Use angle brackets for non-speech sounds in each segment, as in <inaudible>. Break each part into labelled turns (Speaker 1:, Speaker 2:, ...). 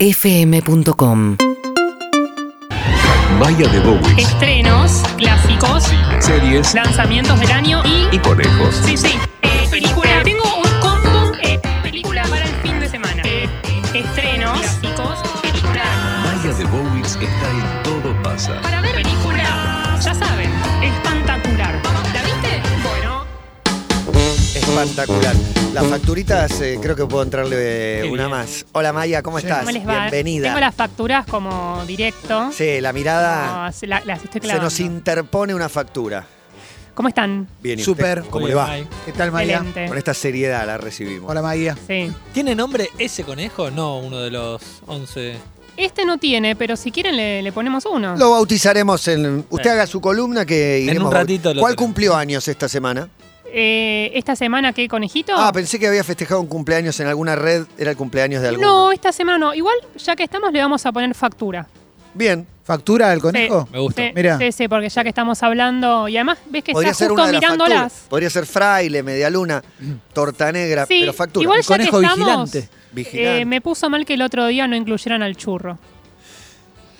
Speaker 1: urbanaplayfm.com
Speaker 2: Maya de Bowie,
Speaker 3: <laughs> Estrenos, clásicos,
Speaker 2: series
Speaker 3: lanzamientos del año y.
Speaker 2: y conejos.
Speaker 3: Sí, sí. eh, película. Tengo un combo. eh, película para el fin de semana. Eh, Estrenos, clásicos, película.
Speaker 2: Maya de Bowie está en Todo pasa.
Speaker 3: Para ver película. Ya saben, espantacular. ¿La viste? Bueno.
Speaker 4: Espectacular. Las facturitas, eh, creo que puedo entrarle eh,
Speaker 5: Qué
Speaker 4: una
Speaker 5: bien.
Speaker 4: más. Hola Maya, ¿cómo estás?
Speaker 3: ¿Cómo les va?
Speaker 4: Bienvenida.
Speaker 3: Tengo las facturas como directo.
Speaker 4: Sí, la mirada
Speaker 3: No, se la- las estoy
Speaker 4: se
Speaker 3: clavando.
Speaker 4: nos interpone una factura.
Speaker 3: ¿Cómo están?
Speaker 4: Bien, ¿y usted?
Speaker 6: Súper.
Speaker 4: ¿Cómo le va?
Speaker 5: Ay.
Speaker 6: ¿Qué tal, Maya?
Speaker 3: Excelente.
Speaker 4: Con esta seriedad la recibimos.
Speaker 6: Hola, Maya.
Speaker 3: Sí.
Speaker 5: ¿Tiene nombre ese conejo? No, uno de los 11.
Speaker 3: Este no tiene, pero si quieren le, le ponemos uno.
Speaker 4: Lo bautizaremos en. Usted
Speaker 5: Sí.
Speaker 4: haga su columna que
Speaker 5: En
Speaker 4: iremos.
Speaker 5: un ratito lo
Speaker 4: ¿Cuál
Speaker 5: tenemos.
Speaker 4: cumplió años esta semana?
Speaker 3: Eh, ¿Esta semana qué, conejito?
Speaker 4: Ah, pensé que había festejado un cumpleaños en alguna red. Era el cumpleaños de alguno.
Speaker 3: No, esta semana no. Igual, ya que estamos, le vamos a poner factura.
Speaker 4: Bien.
Speaker 6: ¿Factura al conejo?
Speaker 5: Me gusta.
Speaker 3: Sí,
Speaker 6: Mirá.
Speaker 3: sí, sí, porque ya que estamos hablando. Y además, ves que
Speaker 4: Podría
Speaker 3: está
Speaker 4: ser
Speaker 3: justo
Speaker 4: una de las facturas.
Speaker 3: mirándolas.
Speaker 4: Podría ser fraile, medialuna, torta negra,
Speaker 3: Sí,
Speaker 4: pero factura.
Speaker 3: igual
Speaker 6: El
Speaker 3: ya que
Speaker 6: conejo
Speaker 3: estamos.
Speaker 6: vigilante.
Speaker 4: Vigilante.
Speaker 3: eh, me puso mal que el otro día no incluyeran al churro.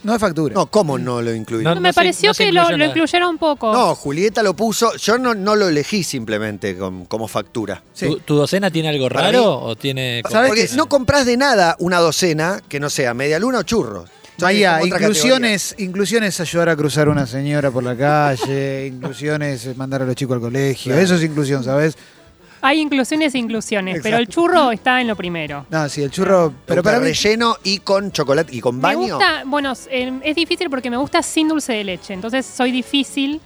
Speaker 6: No es factura.
Speaker 4: No, ¿cómo no lo incluí?
Speaker 5: No,
Speaker 3: me
Speaker 5: se-
Speaker 3: pareció
Speaker 5: no se
Speaker 3: que
Speaker 5: incluyó
Speaker 3: lo, lo
Speaker 5: nada.
Speaker 3: incluyeron un poco.
Speaker 4: No, Julieta lo puso. Yo no, no lo elegí simplemente com- como factura.
Speaker 6: Sí.
Speaker 5: ¿Tu, tu docena tiene algo
Speaker 4: Para
Speaker 5: raro
Speaker 4: mí-
Speaker 5: o
Speaker 3: Eh,
Speaker 5: tiene.?
Speaker 6: ¿Sabes
Speaker 4: Porque
Speaker 6: qué?
Speaker 4: no compras de nada una docena que no sea media luna o churros. Son
Speaker 6: Maya,
Speaker 4: como otra
Speaker 6: inclusiones, inclusiones ayudar a cruzar a una señora por la calle, inclusiones eh, mandar a los chicos al colegio.
Speaker 4: Claro.
Speaker 6: Eso es inclusión, ¿sabes?
Speaker 3: Hay inclusiones e inclusiones, pero el churro está en lo primero.
Speaker 6: No, sí, el churro.
Speaker 4: categoría.
Speaker 6: Pero para mí.
Speaker 4: relleno y con chocolate y con
Speaker 3: Me
Speaker 4: baño.
Speaker 3: gusta, bueno, s- eh, es difícil porque me gusta sin dulce de leche. Entonces soy difícil.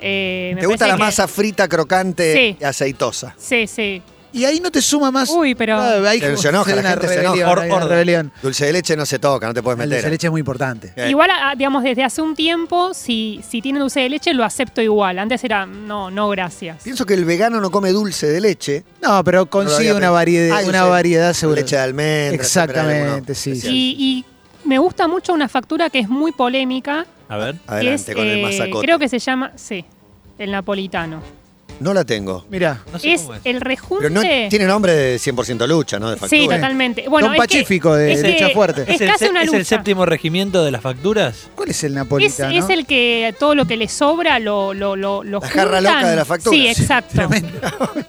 Speaker 3: eh, me
Speaker 4: ¿Te gusta
Speaker 3: parece
Speaker 4: la
Speaker 3: que-
Speaker 4: masa frita, crocante
Speaker 3: Sí.
Speaker 4: y aceitosa?
Speaker 3: Sí, sí.
Speaker 6: Y ahí no te suma más.
Speaker 3: Uy, pero-
Speaker 6: Ah, ahí
Speaker 4: Se-
Speaker 6: como-
Speaker 4: se enoja,
Speaker 6: hay
Speaker 4: la
Speaker 6: una
Speaker 4: gente se
Speaker 6: rebelión,
Speaker 5: enoja.
Speaker 6: hay una
Speaker 5: Orden.
Speaker 6: rebelión.
Speaker 4: Dulce de leche no se toca, no te puedes
Speaker 6: El dulce de
Speaker 4: meter.
Speaker 6: leche es muy importante.
Speaker 4: Eh.
Speaker 3: Igual, ah, digamos, desde hace un tiempo, si, si tienen dulce de leche, lo acepto igual. Antes era, no, no, gracias.
Speaker 4: Pienso que el vegano no come dulce de leche.
Speaker 6: No, pero
Speaker 4: No lo
Speaker 6: consigue
Speaker 4: había
Speaker 6: una
Speaker 4: pensado.
Speaker 6: variedad,
Speaker 4: Ah,
Speaker 6: una
Speaker 4: dulce-
Speaker 6: variedad segura.
Speaker 4: Leche de almendra.
Speaker 6: Exactamente, sí,
Speaker 4: siempre hay alguno especial.
Speaker 3: Y, y me gusta mucho una factura que es muy polémica.
Speaker 5: A ver.
Speaker 3: que
Speaker 4: Adelante
Speaker 3: es,
Speaker 4: con el
Speaker 3: eh,
Speaker 4: masacote.
Speaker 3: Creo que se llama, sí, el napolitano.
Speaker 4: No la tengo.
Speaker 6: Mirá,
Speaker 5: No sé
Speaker 3: es,
Speaker 5: cómo es.
Speaker 3: el
Speaker 4: Pero
Speaker 3: rejunte.
Speaker 4: no tiene nombre de 100% lucha, ¿no? De factura.
Speaker 3: Pues
Speaker 4: eh.
Speaker 3: sí, totalmente. Bueno,
Speaker 6: Don
Speaker 3: es que-
Speaker 6: Pacífico de
Speaker 3: es
Speaker 6: Lucha
Speaker 3: que
Speaker 6: Fuerte.
Speaker 3: Es,
Speaker 5: el,
Speaker 3: casi
Speaker 5: sé-
Speaker 3: una
Speaker 5: es
Speaker 3: lucha.
Speaker 5: el séptimo regimiento de las facturas?
Speaker 6: ¿cuál es el
Speaker 3: Es,
Speaker 6: napolitano?
Speaker 3: es el que todo lo que le sobra lo, lo, lo, lo
Speaker 4: La jarra
Speaker 3: juntan.
Speaker 4: loca de la factura.
Speaker 3: Sí,
Speaker 4: <laughs>
Speaker 3: exacto.
Speaker 6: Tremendo.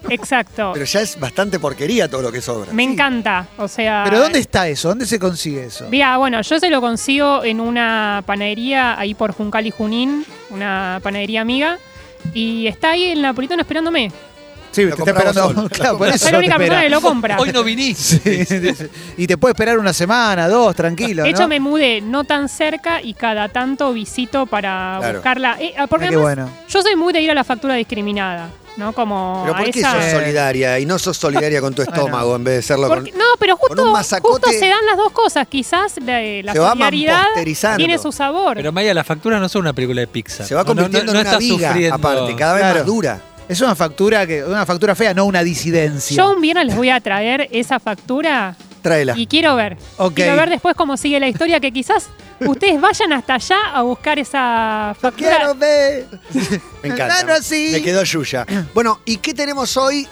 Speaker 3: exacto.
Speaker 4: Pero ya es bastante porquería todo lo que sobra.
Speaker 3: Me encanta. O sea.
Speaker 6: Pero ¿dónde está eso? ¿Dónde se consigue eso?
Speaker 3: Mira, bueno, yo se lo consigo en una panadería ahí por Juncal y Junín, una panadería amiga. Y está ahí el napolitano esperándome.
Speaker 6: Sí,
Speaker 4: Lo compramos solo.
Speaker 6: <laughs> Claro, por eso
Speaker 3: Soy la
Speaker 6: te
Speaker 3: única persona
Speaker 6: espera.
Speaker 3: que lo compra.
Speaker 5: Hoy no viniste.
Speaker 3: <laughs>
Speaker 6: Sí, sí, sí. y te puede esperar una semana, dos, tranquilo.
Speaker 3: De hecho,
Speaker 6: ¿no?
Speaker 3: me mudé no tan cerca y cada tanto visito para
Speaker 4: Claro.
Speaker 3: buscarla. Eh, ah, porque
Speaker 6: Mirá qué
Speaker 3: además,
Speaker 6: bueno.
Speaker 3: yo soy muy de ir a la factura discriminada, ¿no? Como
Speaker 4: Pero
Speaker 3: a
Speaker 4: ¿por qué
Speaker 3: esa-
Speaker 4: sos solidaria y no sos solidaria con tu estómago en vez de serlo
Speaker 3: Porque-
Speaker 4: con...
Speaker 3: no, pero
Speaker 4: con un
Speaker 3: justo,
Speaker 4: masacote-
Speaker 3: justo se dan las dos cosas. Quizás la, la
Speaker 4: Se va
Speaker 3: solidaridad
Speaker 4: mamposterizando.
Speaker 3: tiene su sabor.
Speaker 5: Pero Maya, las facturas no son una película de Pixar.
Speaker 4: Se va
Speaker 5: No, no,
Speaker 4: convirtiendo
Speaker 5: no, no
Speaker 4: en una
Speaker 5: está
Speaker 4: viga,
Speaker 5: sufriendo-
Speaker 4: aparte, cada vez
Speaker 6: Claro.
Speaker 4: más dura.
Speaker 6: Es una factura que, una factura fea, no una disidencia.
Speaker 3: yo un viernes les voy a traer esa factura
Speaker 4: Tráela.
Speaker 3: y quiero ver.
Speaker 6: Ok.
Speaker 3: Quiero ver después cómo sigue la historia, que quizás
Speaker 4: <laughs>
Speaker 3: ustedes vayan hasta allá a buscar esa factura.
Speaker 4: Quiero ver. Me
Speaker 6: Claro,
Speaker 4: encanta.
Speaker 6: así.
Speaker 4: Me quedó Yuya. <clears throat> Bueno, ¿y qué tenemos hoy?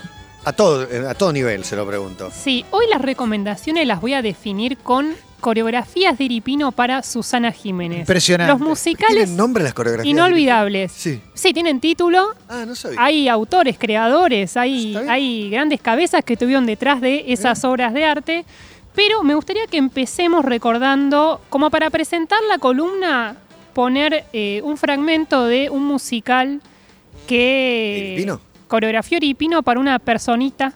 Speaker 4: A todo, eh, a todo nivel, se lo pregunto.
Speaker 3: Sí, hoy las recomendaciones las voy a definir con coreografías de Iripino para Susana Jiménez.
Speaker 6: Impresionante.
Speaker 3: Los musicales
Speaker 4: ¿Tienen nombre las coreografías?
Speaker 3: inolvidables.
Speaker 4: Sí.
Speaker 3: Sí, tienen título.
Speaker 4: Ah, no sabía.
Speaker 3: Hay autores, creadores, hay,
Speaker 4: Está bien.
Speaker 3: hay grandes cabezas que estuvieron detrás de esas obras de arte. Pero me gustaría que empecemos recordando, como para presentar la columna, poner eh, un fragmento de un musical que
Speaker 4: ¿Iripino?
Speaker 3: coreografió Iripino para una personita.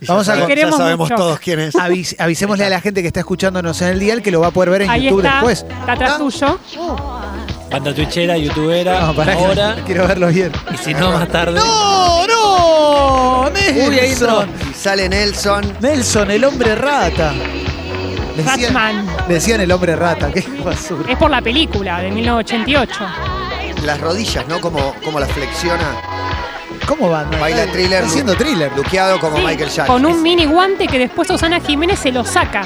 Speaker 4: Y
Speaker 6: Vamos a-
Speaker 4: ya, sabe- ya
Speaker 3: Queremos
Speaker 4: sabemos
Speaker 3: mucho.
Speaker 4: todos quién es.
Speaker 6: Avis- avisémosle a la gente que está escuchándonos en el dial que lo va a poder ver en
Speaker 3: Ahí
Speaker 6: YouTube
Speaker 3: está,
Speaker 6: después.
Speaker 3: está atrás tuyo.
Speaker 5: Banda twitchera, youtubera,
Speaker 6: No, pará, que-
Speaker 5: ahora.
Speaker 6: <laughs> quiero verlo bien.
Speaker 5: Y si no, más tarde.
Speaker 6: ¡No, no!
Speaker 5: Uy, ahí entró.
Speaker 6: Nelson,
Speaker 4: Y sale Nelson.
Speaker 6: Nelson, el hombre rata. Le
Speaker 3: Batman.
Speaker 6: Decían, le decían el hombre rata, <laughs> qué basura.
Speaker 3: Es por la película de 1988.
Speaker 4: Las rodillas, ¿no? Como, como las flexiona.
Speaker 6: ¿Cómo van?
Speaker 4: Baila thriller.
Speaker 6: Está haciendo thriller.
Speaker 4: Luqueado como
Speaker 3: Sí,
Speaker 4: Michael Jackson.
Speaker 3: con un mini guante que después Susana Jiménez se lo saca.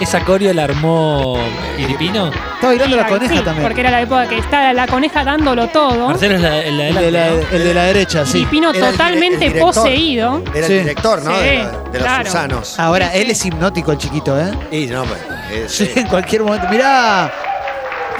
Speaker 5: ¿Esa coreo la armó Iripino?
Speaker 6: Está bailando la
Speaker 3: Sí,
Speaker 6: coneja también.
Speaker 3: Porque era la época que estaba la coneja dándolo todo.
Speaker 5: Marcelo es la, el de
Speaker 1: El de la,
Speaker 5: adelante, ¿no?
Speaker 1: el de la derecha, sí.
Speaker 3: Filipino
Speaker 4: Era el dire-
Speaker 3: totalmente
Speaker 4: el director.
Speaker 3: poseído.
Speaker 4: Era
Speaker 6: Sí.
Speaker 4: el director, ¿no?
Speaker 3: Sí,
Speaker 4: de la- de los
Speaker 3: claro.
Speaker 4: Susanos.
Speaker 6: Ahora, él es hipnótico el chiquito, ¿eh?
Speaker 4: Y no, pues, eh, sí.
Speaker 6: Sí, en cualquier momento. Mirá,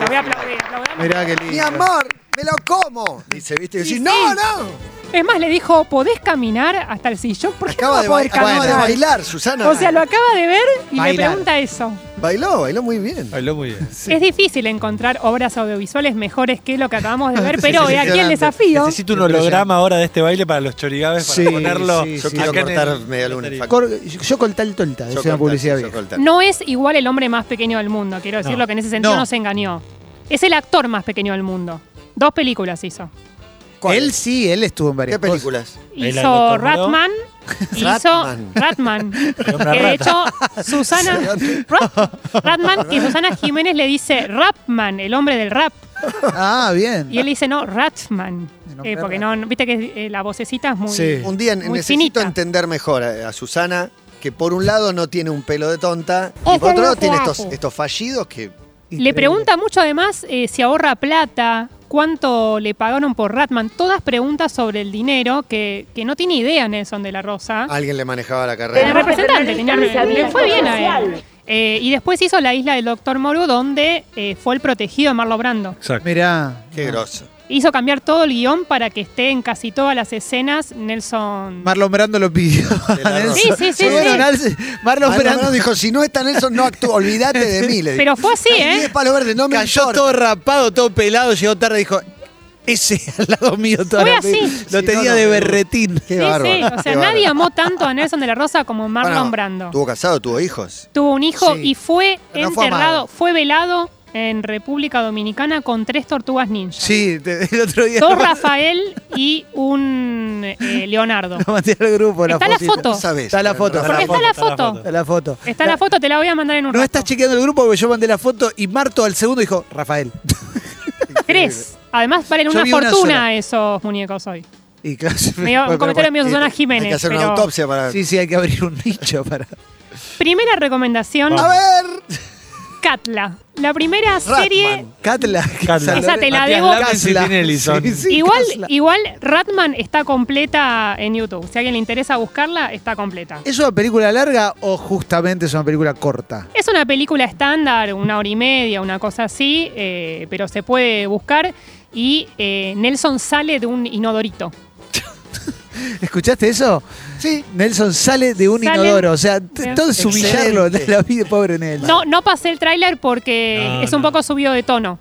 Speaker 3: Lo voy a aplaudir, aplaudamos.
Speaker 6: mirá qué lindo.
Speaker 4: Mi amor, me lo como. Dice, ¿viste? Y
Speaker 3: Sí,
Speaker 4: dice,
Speaker 3: sí.
Speaker 4: no, no.
Speaker 3: Es más, le dijo, ¿podés caminar hasta el sillón? ¿Por qué no va
Speaker 4: Acaba
Speaker 3: a
Speaker 4: de,
Speaker 3: poder
Speaker 4: ba- acaba de
Speaker 3: caminar?
Speaker 4: bailar, Susana.
Speaker 3: O sea, lo acaba de ver y me
Speaker 6: Bailar.
Speaker 3: pregunta eso.
Speaker 4: Bailó, bailó muy bien.
Speaker 1: Habló muy bien.
Speaker 3: Es difícil encontrar obras audiovisuales mejores que lo que acabamos de ver, pero
Speaker 6: sí,
Speaker 3: he aquí el
Speaker 6: impresionante.
Speaker 3: desafío.
Speaker 1: Necesito un holograma ahora de este baile para los chorigabes para
Speaker 6: Sí,
Speaker 1: ponerlo.
Speaker 6: sí,
Speaker 4: Yo
Speaker 6: sí.
Speaker 4: quiero
Speaker 6: Acá
Speaker 1: en el-
Speaker 4: cortar media luna.
Speaker 5: Yo
Speaker 4: Facu.
Speaker 6: Cor- yo colté el tolta,
Speaker 4: Yo
Speaker 6: es una
Speaker 4: cortar,
Speaker 6: publicidad
Speaker 4: yo
Speaker 6: vieja.
Speaker 4: cortar.
Speaker 3: No es igual el hombre más pequeño del mundo, quiero decirlo que en ese sentido
Speaker 6: No.
Speaker 3: nos engañó. Es el actor más pequeño del mundo. Dos películas hizo.
Speaker 4: ¿Cuál?
Speaker 6: Él sí, él estuvo en varias
Speaker 4: ¿Qué películas?
Speaker 5: El
Speaker 3: Hizo
Speaker 5: Doctor
Speaker 3: Ratman, hizo
Speaker 4: Ratman.
Speaker 3: Ratman.
Speaker 5: una
Speaker 3: Que de hecho, Susana Rat- Ratman, que Susana Jiménez le dice Rapman, el hombre del rap.
Speaker 6: cosas. <laughs> Ah, bien.
Speaker 3: Y él dice, no, Ratman.
Speaker 6: El hombre
Speaker 3: Eh, porque
Speaker 6: rap.
Speaker 3: no, no- viste que eh, la vocecita es muy.
Speaker 6: Sí.
Speaker 4: Un día
Speaker 3: Muy
Speaker 4: necesito
Speaker 3: finita.
Speaker 4: entender mejor a, a Susana, que por un lado no tiene un pelo de tonta, y
Speaker 3: Eso
Speaker 4: por otro
Speaker 3: es lo
Speaker 4: lado
Speaker 3: que
Speaker 4: tiene
Speaker 3: hace.
Speaker 4: estos, estos fallidos que.
Speaker 3: Le pregunta mucho además eh, si ahorra plata, cuánto le pagaron por Ratman. Todas preguntas sobre el dinero que, que no tiene idea Nelson de la Rosa.
Speaker 6: Ah.
Speaker 4: Alguien le manejaba la
Speaker 3: El
Speaker 4: carrera.
Speaker 3: representante, tenía- le fue bien a él. Eh, y después hizo La Isla del Doctor Moro, donde eh, fue el protegido de Marlo Brando.
Speaker 1: Exacto.
Speaker 6: Mirá.
Speaker 4: Qué groso.
Speaker 3: Hizo cambiar todo el guión para que esté en casi todas las escenas Nelson.
Speaker 6: Marlon Brando lo pidió.
Speaker 4: la
Speaker 6: <laughs> Nelson.
Speaker 3: Sí, sí, sí,
Speaker 6: Bueno,
Speaker 3: sí.
Speaker 6: Nelson- Marlon
Speaker 4: Marlon Brando
Speaker 6: Brando
Speaker 4: dijo: si no está Nelson, no actúa. Olvídate de mí. Le
Speaker 3: Pero fue así,
Speaker 4: Y
Speaker 3: ¿eh?
Speaker 4: es palo verde, no me
Speaker 6: cayó
Speaker 4: importa.
Speaker 6: todo rapado, todo pelado, llegó tarde y dijo, ese <laughs> al lado mío toda
Speaker 3: Fue
Speaker 6: la
Speaker 3: así.
Speaker 6: película". Lo
Speaker 4: Sí, no,
Speaker 6: tenía
Speaker 4: no,
Speaker 6: de
Speaker 4: pero- <laughs>
Speaker 6: berretín.
Speaker 4: Qué
Speaker 3: sí,
Speaker 4: bárbaro.
Speaker 3: sí. O sea,
Speaker 4: qué
Speaker 3: nadie
Speaker 4: bárbaro.
Speaker 3: amó tanto a Nelson de la Rosa como Marlon
Speaker 4: Bueno,
Speaker 3: Brando.
Speaker 4: Tuvo casado, tuvo hijos.
Speaker 3: Tuvo un hijo
Speaker 6: Sí.
Speaker 3: y fue
Speaker 6: Pero no fue
Speaker 3: enterrado,
Speaker 6: amado.
Speaker 3: fue, velado en República Dominicana con tres tortugas ninja.
Speaker 6: Sí, te- el otro día
Speaker 3: Dos
Speaker 6: lo-
Speaker 3: Rafael y un eh, Leonardo.
Speaker 6: <laughs> lo mandé al grupo.
Speaker 3: Está la
Speaker 6: fotito.
Speaker 3: foto.
Speaker 4: No sabes.
Speaker 6: Está la foto.
Speaker 3: Porque está la foto.
Speaker 6: Está la foto.
Speaker 3: Está la foto, te la voy a mandar en un
Speaker 6: No
Speaker 3: rato.
Speaker 6: estás chequeando el grupo porque yo mandé la foto y Marto al segundo dijo, Rafael.
Speaker 3: Tres. Además valen
Speaker 6: Yo
Speaker 3: una
Speaker 6: vi una
Speaker 3: fortuna
Speaker 6: sola.
Speaker 3: esos muñecos
Speaker 6: <laughs>
Speaker 3: hoy.
Speaker 6: Y claro, se-
Speaker 3: Medio- un
Speaker 6: bueno,
Speaker 3: comentario mío,
Speaker 6: bueno, Eh,
Speaker 3: Susana
Speaker 4: Hay
Speaker 3: Jiménez.
Speaker 4: que hacer una
Speaker 3: pero-
Speaker 4: autopsia para.
Speaker 6: Sí, sí, hay que abrir un nicho para.
Speaker 3: Primera recomendación,
Speaker 4: A ver.
Speaker 3: Catla. La primera
Speaker 4: Ratman.
Speaker 3: serie...
Speaker 6: Catla.
Speaker 1: Catla.
Speaker 3: Esa te la
Speaker 1: Matías
Speaker 3: debo.
Speaker 1: Lamen, Citinelli son.
Speaker 6: Sí, sí,
Speaker 3: igual,
Speaker 6: Catla.
Speaker 3: igual Ratman está completa en YouTube. Si a alguien le interesa buscarla, está completa.
Speaker 6: ¿Es una película larga o justamente es una película corta?
Speaker 3: Es una película estándar, una hora y media, una cosa así, eh, pero se puede buscar. Y eh, Nelson sale de un inodorito.
Speaker 6: ¿Escuchaste eso?
Speaker 4: Sí.
Speaker 6: Nelson sale de un
Speaker 3: Sale-
Speaker 6: inodoro. O sea, t- todo es
Speaker 4: Excelente.
Speaker 6: humillarlo de la vida, pobre Nelson.
Speaker 3: No, no pasé el tráiler porque
Speaker 5: No,
Speaker 3: es un
Speaker 5: no.
Speaker 3: poco subido de tono.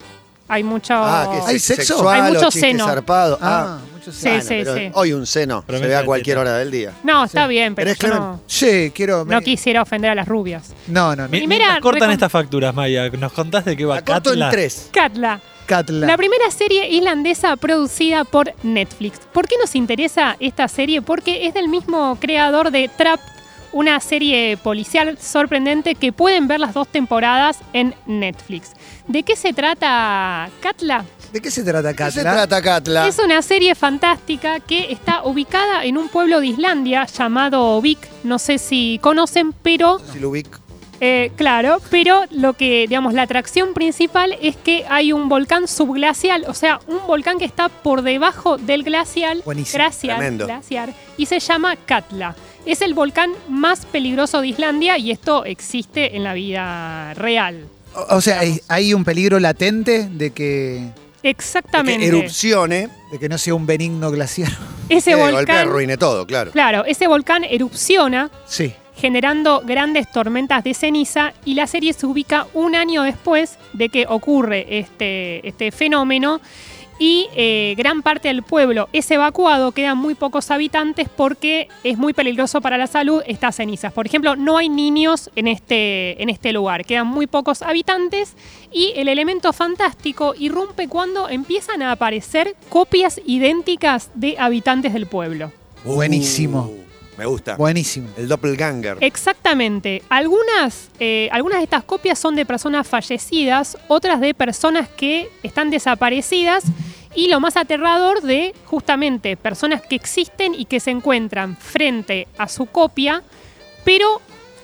Speaker 3: Hay mucho...
Speaker 4: Ah, que
Speaker 6: ¿Hay
Speaker 4: se-
Speaker 6: sexo?
Speaker 4: sexual
Speaker 3: Hay
Speaker 4: o
Speaker 3: mucho
Speaker 4: chiste
Speaker 3: seno.
Speaker 4: zarpado.
Speaker 6: Ah,
Speaker 4: Ah,
Speaker 6: muchos
Speaker 3: Sí,
Speaker 4: bueno,
Speaker 3: sí,
Speaker 4: pero
Speaker 3: sí.
Speaker 4: Hoy un seno.
Speaker 5: Promesa
Speaker 4: se ve a
Speaker 5: de
Speaker 4: cualquier
Speaker 5: teta.
Speaker 4: hora del día.
Speaker 3: No, está bien, pero
Speaker 4: ¿Querés,
Speaker 3: yo
Speaker 4: Clemen?
Speaker 3: no,
Speaker 6: Che, quiero.
Speaker 3: no quisiera ofender a las rubias.
Speaker 6: No, no, no.
Speaker 1: Mi-
Speaker 3: Primera
Speaker 1: mientras cortan
Speaker 3: recom-
Speaker 1: estas facturas, Maya. Nos contás de qué va
Speaker 4: La corto en
Speaker 1: Catla.
Speaker 4: tres.
Speaker 3: Catla.
Speaker 6: Catla.
Speaker 3: La primera serie islandesa producida por Netflix. ¿Por qué nos interesa esta serie? Porque es del mismo creador de Trap, una serie policial sorprendente que pueden ver las dos temporadas en Netflix. ¿De qué se trata Catla?
Speaker 6: ¿De qué se trata
Speaker 4: ¿Qué
Speaker 6: Catla?
Speaker 4: se trata Catla?
Speaker 3: Es una serie fantástica que está ubicada en un pueblo de Islandia llamado Vik. No sé si conocen, pero
Speaker 4: Si lo ubico.
Speaker 3: eh, claro, pero lo que, digamos, la atracción principal es que hay un volcán subglacial, o sea, un volcán que está por debajo del glacial,
Speaker 6: Buenísimo,
Speaker 3: glaciar,
Speaker 4: tremendo.
Speaker 3: glaciar, y se llama Katla. Es el volcán más peligroso de Islandia y esto existe en la vida real.
Speaker 6: O, o sea, hay, hay un peligro latente de que,
Speaker 3: Exactamente.
Speaker 4: Que erupcione.
Speaker 6: de que no sea un benigno glaciar. <laughs>
Speaker 3: Ese
Speaker 4: que de golpe
Speaker 3: volcán,
Speaker 4: arruine todo, claro.
Speaker 3: claro, ese volcán erupciona
Speaker 6: Sí.
Speaker 3: generando grandes tormentas de ceniza y la serie se ubica un año después de que ocurre este, este fenómeno y eh, gran parte del pueblo es evacuado, quedan muy pocos habitantes porque es muy peligroso para la salud estas cenizas. Por ejemplo, no hay niños en este, en este lugar, quedan muy pocos habitantes y el elemento fantástico irrumpe cuando empiezan a aparecer copias idénticas de habitantes del pueblo.
Speaker 4: Uh,
Speaker 6: Buenísimo.
Speaker 4: Me gusta.
Speaker 6: Buenísimo.
Speaker 4: El doppelganger.
Speaker 3: Exactamente. Algunas, eh, algunas de estas copias son de personas fallecidas, otras de personas que están desaparecidas y lo más aterrador de justamente personas que existen y que se encuentran frente a su copia, pero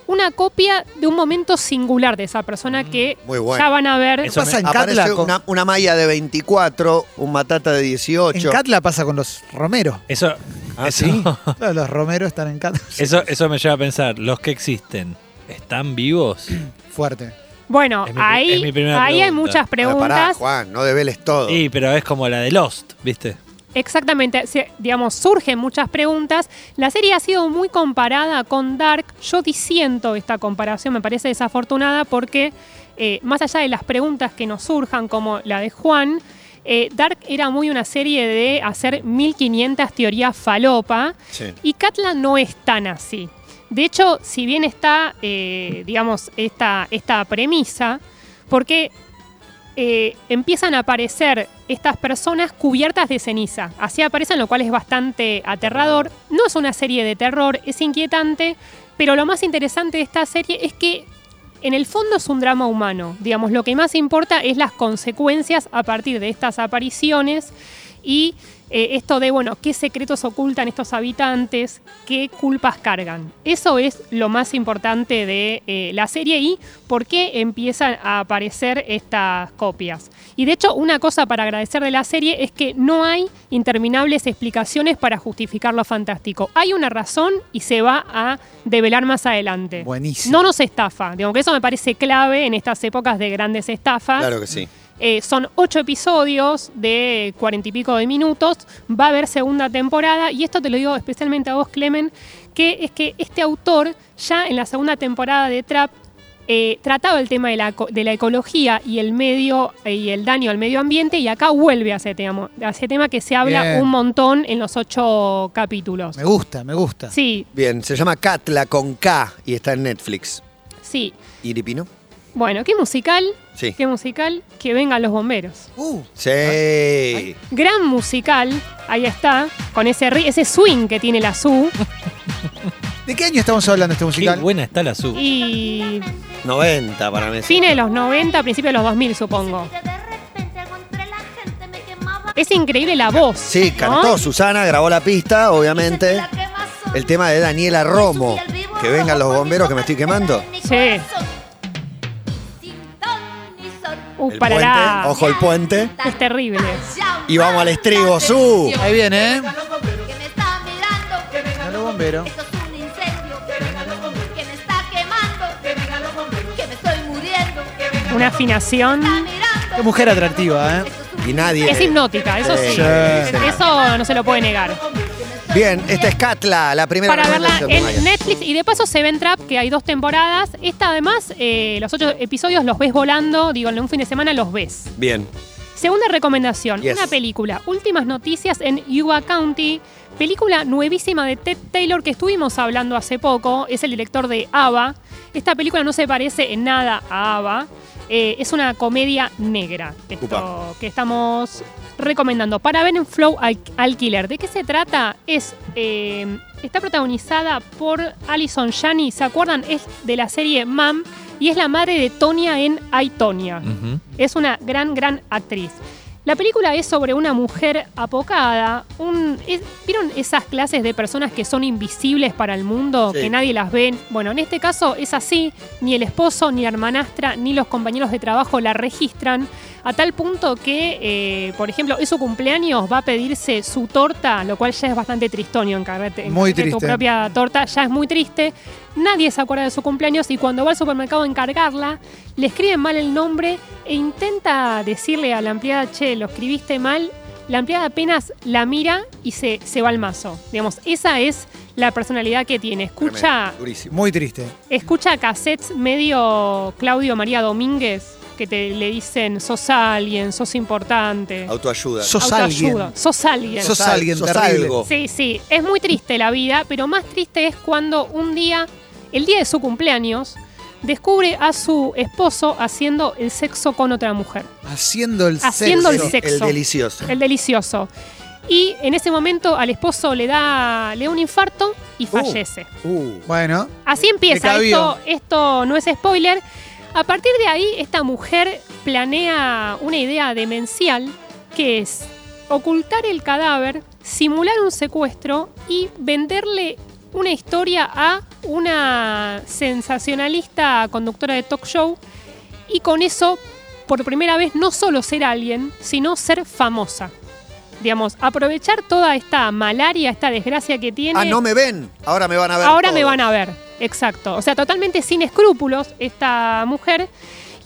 Speaker 3: una copia de un momento singular de esa persona que
Speaker 4: Mm, muy bueno.
Speaker 3: ya van a ver.
Speaker 5: Eso
Speaker 6: pasa en Catla
Speaker 4: Aparece
Speaker 6: con-
Speaker 4: una, una malla de 24, un matata de
Speaker 6: en
Speaker 4: 18.
Speaker 6: Catla pasa con los romeros.
Speaker 1: Eso,
Speaker 4: Ah,
Speaker 1: eso-
Speaker 4: ¿sí?
Speaker 6: Claro, los romeros están en Catla.
Speaker 1: <laughs> eso, eso me lleva a pensar, los que existen, ¿están vivos?
Speaker 6: <laughs> Fuerte.
Speaker 3: Bueno,
Speaker 1: Es mi-
Speaker 3: ahí,
Speaker 1: es mi primera
Speaker 3: ahí hay
Speaker 1: pregunta.
Speaker 3: muchas
Speaker 4: Pero
Speaker 3: preguntas.
Speaker 4: Pará, Juan, no develes todo.
Speaker 1: Sí, pero es como la de Lost, ¿viste?
Speaker 3: Exactamente, se- digamos, surgen muchas preguntas. La serie ha sido muy comparada con Dark. Yo disiento esta comparación, me parece desafortunada porque eh, más allá de las preguntas que nos surjan, como la de Juan, eh, Dark era muy una serie de hacer 1500 teorías falopa.
Speaker 4: Sí.
Speaker 3: Y Catla no es tan así. De hecho, si bien está, eh, digamos, esta, esta premisa, porque eh, empiezan a aparecer estas personas cubiertas de ceniza. Así aparecen, lo cual es bastante aterrador. No es una serie de terror, es inquietante, pero lo más interesante de esta serie es que en el fondo es un drama humano. Digamos, lo que más importa es las consecuencias a partir de estas apariciones y eh, esto de, bueno, qué secretos ocultan estos habitantes, qué culpas cargan. Eso es lo más importante de eh, la serie y por qué empiezan a aparecer estas copias. Y de hecho, una cosa para agradecer de la serie es que no hay interminables explicaciones para justificar lo fantástico. Hay una razón y se va a develar más adelante.
Speaker 6: Buenísimo.
Speaker 3: No nos estafa, digo que eso me parece clave en estas épocas de grandes
Speaker 6: ¿Ah?
Speaker 3: estafas.
Speaker 4: Claro que sí.
Speaker 3: Eh, son ocho episodios de cuarenta y pico de minutos. Va a haber segunda temporada. Y esto te lo digo especialmente a vos, Clemen, que es que este autor ya en la segunda temporada de Trap eh, trataba el tema de la, co- de la ecología y el medio eh, y el daño al medio ambiente. Y acá vuelve a ese tema, a ese tema que se habla
Speaker 6: Bien.
Speaker 3: un montón en los ocho capítulos.
Speaker 6: Me gusta, me gusta.
Speaker 3: Sí,
Speaker 4: Bien, se llama Catla con K y está en Netflix.
Speaker 3: sí.
Speaker 4: ¿Iripino?
Speaker 3: Bueno, qué musical,
Speaker 4: Sí.
Speaker 3: qué musical, que vengan los bomberos.
Speaker 6: Uh,
Speaker 4: Sí.
Speaker 3: Gran musical, ahí está, con ese, ri- ese swing que tiene la SU.
Speaker 6: ¿De qué año estamos hablando este
Speaker 1: Qué
Speaker 6: musical?
Speaker 1: buena está la sub.
Speaker 3: Y
Speaker 4: 90 para mí.
Speaker 3: fines de los 90, principios de los 2000, supongo.
Speaker 7: Que de repente encontré la gente, me quemaba.
Speaker 4: Eh,
Speaker 3: Es increíble la voz.
Speaker 4: Sí,
Speaker 3: ¿no?
Speaker 4: cantó Susana, grabó la pista, obviamente.
Speaker 7: Dice que la quema son-
Speaker 4: El tema de Daniela Romo.
Speaker 7: Subí al vivo,
Speaker 4: Que vengan los
Speaker 7: rojo,
Speaker 4: bomberos que me
Speaker 7: rojo,
Speaker 4: estoy quemando.
Speaker 7: en mi
Speaker 3: Sí.
Speaker 7: corazón. Ni sin ton, ni son.
Speaker 3: Uh,
Speaker 4: El
Speaker 3: para la-
Speaker 4: puente, ojo el puente.
Speaker 3: Es terrible.
Speaker 4: Y vamos al estribo, su.
Speaker 6: Ahí viene, ¿eh?
Speaker 7: Que me está mirando. Que vengan
Speaker 6: los bomberos.
Speaker 7: Esto es un incendio. Que vengan los bomberos. Que me está quemando. Que vengan los bomberos. Que me estoy muriendo. Que vengan
Speaker 3: Una afinación.
Speaker 7: está mirando.
Speaker 6: Qué mujer atractiva, ¿eh?
Speaker 7: Esto es un
Speaker 4: Y nadie.
Speaker 3: Es hipnótica, eso sí.
Speaker 4: Sí.
Speaker 3: Eso no se lo puede negar.
Speaker 4: Bien, esta es Catla, la primera
Speaker 3: Para verla
Speaker 4: recomendación de Maya.
Speaker 3: en Netflix y de paso se ve en Trap, que hay dos temporadas. Esta además, eh, los ocho episodios los ves volando, digo, en un fin de semana los ves.
Speaker 4: Bien.
Speaker 3: Segunda recomendación,
Speaker 4: Yes.
Speaker 3: una película, Últimas Noticias en Yuba County, película nuevísima de Ted Taylor que estuvimos hablando hace poco, es el director de ABBA. Esta película no se parece en nada a ABBA, eh, es una comedia negra, esto
Speaker 4: Upa.
Speaker 3: que estamos recomendando. Para ver en Flow Al- Alquiler, ¿de qué se trata? Es, eh, está protagonizada por Alison Janney, ¿se acuerdan? Es de la serie Mam y es la madre de Tonya en I, Tonya.
Speaker 1: Ujú.
Speaker 3: Es una gran, gran actriz. La película es sobre una mujer apocada. Un, es- ¿Vieron esas clases de personas que son invisibles para el mundo,
Speaker 4: Sí.
Speaker 3: que nadie las ve? Bueno, en este caso es así. Ni el esposo, ni la hermanastra, ni los compañeros de trabajo la registran. A tal punto que, eh, por ejemplo, es su cumpleaños, va a pedirse su torta, lo cual ya es bastante tristonio encargarte
Speaker 6: Muy
Speaker 3: encargarte tu
Speaker 6: triste.
Speaker 3: propia torta, ya es muy triste. Nadie se acuerda de su cumpleaños y cuando va al supermercado a encargarla, le escriben mal el nombre e intenta decirle a la empleada, che, lo escribiste mal. La empleada apenas la mira y se, se va al mazo. Digamos, esa es la personalidad que tiene. Escucha,
Speaker 4: Tremendo, durísimo.
Speaker 6: Muy triste.
Speaker 3: escucha cassettes medio Claudio María Domínguez que te le dicen, sos alguien, sos importante.
Speaker 4: Autoayuda.
Speaker 6: Sos
Speaker 3: Autoayuda,
Speaker 6: alguien.
Speaker 3: Sos alguien.
Speaker 6: Sos
Speaker 4: al-
Speaker 6: alguien
Speaker 4: sos
Speaker 6: terrible.
Speaker 4: algo.
Speaker 3: Sí, sí, es muy triste la vida, pero más triste es cuando un día, el día de su cumpleaños, descubre a su esposo haciendo el sexo con otra mujer.
Speaker 6: Haciendo el
Speaker 3: Haciendo el
Speaker 6: sexo.
Speaker 3: sexo.
Speaker 4: El delicioso.
Speaker 3: El delicioso. Y en ese momento al esposo le da, le da un infarto y fallece.
Speaker 4: Uh,
Speaker 6: Bueno,
Speaker 3: Así empieza.
Speaker 6: cabió.
Speaker 3: Esto, esto no es spoiler. A partir de ahí, esta mujer planea una idea demencial que es ocultar el cadáver, simular un secuestro y venderle una historia a una sensacionalista conductora de talk show y con eso, por primera vez, no solo ser alguien, sino ser famosa. Digamos, aprovechar toda esta malaria, esta desgracia que tiene.
Speaker 4: Ah, no me ven. Ahora me van a ver.
Speaker 3: Ahora me
Speaker 4: todos.
Speaker 3: van a ver, exacto. O sea, totalmente sin escrúpulos esta mujer.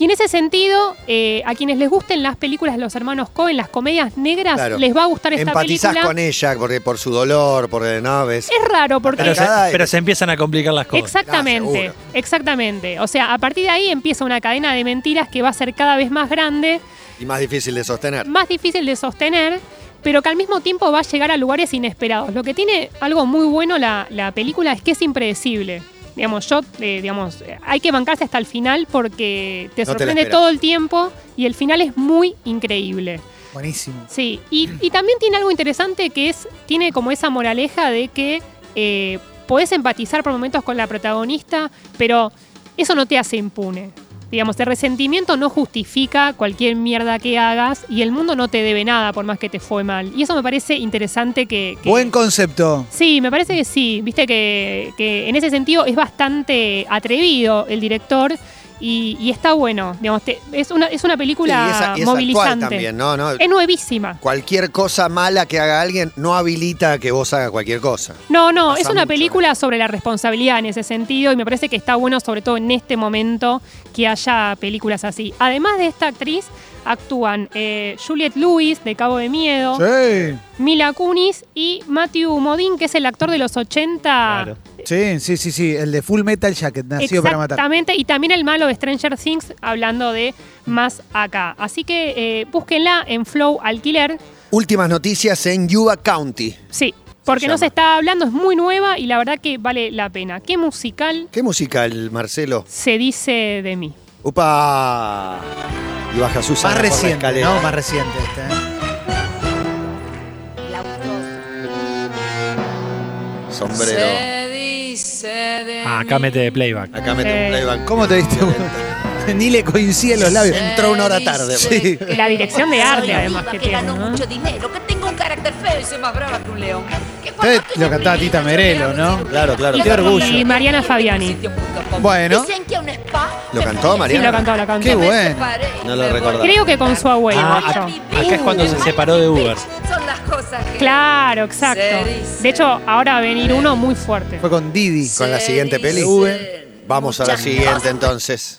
Speaker 3: Y en ese sentido, eh, a quienes les gusten las películas de los hermanos Cohen, las comedias negras,
Speaker 4: Claro.
Speaker 3: les va a gustar esta
Speaker 4: Empatizás
Speaker 3: película.
Speaker 4: con ella porque por su dolor, por el no, es-
Speaker 3: Es raro porque...
Speaker 1: Pero se,
Speaker 4: Cada vez.
Speaker 1: pero se empiezan a complicar las cosas.
Speaker 3: Exactamente,
Speaker 4: Ah, seguro.
Speaker 3: exactamente. O sea, a partir de ahí empieza una cadena de mentiras que va a ser cada vez más grande,
Speaker 4: y más difícil de sostener.
Speaker 3: más difícil de sostener, pero que al mismo tiempo va a llegar a lugares inesperados. Lo que tiene algo muy bueno la, la película es que es impredecible. Digamos, yo, eh, digamos, eh, hay que bancarse hasta el final porque te
Speaker 4: No te la
Speaker 3: sorprende
Speaker 4: esperas.
Speaker 3: todo el tiempo y el final es muy increíble.
Speaker 6: Buenísimo.
Speaker 3: Sí, y, y también tiene algo interesante que es, tiene como esa moraleja de que eh, podés empatizar por momentos con la protagonista, pero eso no te hace impune. Digamos, el resentimiento no justifica cualquier mierda que hagas y el mundo no te debe nada por más que te fue mal. Y eso me parece interesante que... que-
Speaker 6: Buen concepto.
Speaker 3: Sí, me parece que sí. Viste que, que en ese sentido es bastante atrevido el director y, y está bueno. Digamos, te- es, una, es una
Speaker 4: Sí,
Speaker 3: película
Speaker 4: y es actual
Speaker 3: movilizante.
Speaker 4: también, ¿no? ¿no?
Speaker 3: Es nuevísima.
Speaker 4: Cualquier cosa mala que haga alguien no habilita que vos hagas cualquier cosa.
Speaker 3: No, no,
Speaker 4: Pasa
Speaker 3: es una
Speaker 4: mucho,
Speaker 3: película sobre la responsabilidad en ese sentido y me parece que está bueno, sobre todo en este momento, que haya películas así. Además de esta actriz, actúan eh, Juliette Lewis, de Cabo de Miedo,
Speaker 6: Sí.
Speaker 3: Mila Kunis y Matthew Modine, que es el actor de los 80.
Speaker 1: Claro.
Speaker 6: Sí, sí, sí, sí. El de Full Metal Jacket, nació para matar.
Speaker 3: Exactamente, y también el malo de Stranger Things, hablando de más acá. Así que eh, búsquenla en Flow Alquiler.
Speaker 4: Últimas noticias en Yuba County.
Speaker 3: Sí, porque no
Speaker 4: llama.
Speaker 3: se está hablando, es muy nueva y la verdad que vale la pena. ¿Qué musical
Speaker 4: ¿Qué musical, Marcelo?
Speaker 3: se dice de mí?
Speaker 4: ¡Upa! Y baja Susana
Speaker 6: Más
Speaker 4: por la
Speaker 6: reciente,
Speaker 4: escalera.
Speaker 6: ¿no? Más reciente este. ¿eh?
Speaker 4: Sombrero.
Speaker 1: Ah, acá mete playback.
Speaker 4: Acá mete un
Speaker 3: Sí.
Speaker 4: playback.
Speaker 6: ¿Cómo te diste? <laughs> Ni le coinciden los labios.
Speaker 4: Entró una hora tarde.
Speaker 6: Sí.
Speaker 3: La dirección de arte, además,
Speaker 7: que,
Speaker 3: que tiene.
Speaker 7: ganó
Speaker 3: ¿no?
Speaker 7: mucho dinero, que tengo un carácter feo y soy más brava que un león. Que por
Speaker 6: Ustedes
Speaker 7: más que
Speaker 6: lo
Speaker 7: yo
Speaker 6: cantaba
Speaker 7: grite,
Speaker 6: Tita
Speaker 7: yo
Speaker 6: Merelo,
Speaker 7: me hago
Speaker 6: ¿no?
Speaker 7: cirugía.
Speaker 4: Claro, claro.
Speaker 7: Y
Speaker 6: Qué orgullo.
Speaker 7: también
Speaker 3: Y Mariana
Speaker 7: me
Speaker 3: Fabiani.
Speaker 7: sitio punto com.
Speaker 6: Bueno.
Speaker 7: Dicen que a un spa
Speaker 4: ¿Lo
Speaker 7: me
Speaker 4: cantó
Speaker 7: podía
Speaker 3: Sí,
Speaker 4: Mariana?
Speaker 3: lo
Speaker 7: llevar.
Speaker 3: cantó, lo cantó.
Speaker 6: Qué
Speaker 7: Me
Speaker 6: bueno.
Speaker 7: separé y
Speaker 4: No lo
Speaker 7: me volví
Speaker 4: recordaba.
Speaker 3: Creo que con su abuela.
Speaker 1: Ah,
Speaker 3: macho.
Speaker 1: acá es cuando se separó de Uber.
Speaker 7: Son las cosas que
Speaker 3: Claro, exacto. De hecho, ahora va a venir uno muy fuerte.
Speaker 6: Fue con Didi.
Speaker 4: Con la siguiente peli.
Speaker 7: Sube.
Speaker 4: Vamos a la
Speaker 7: Muchas
Speaker 4: siguiente
Speaker 7: cosas.
Speaker 4: entonces.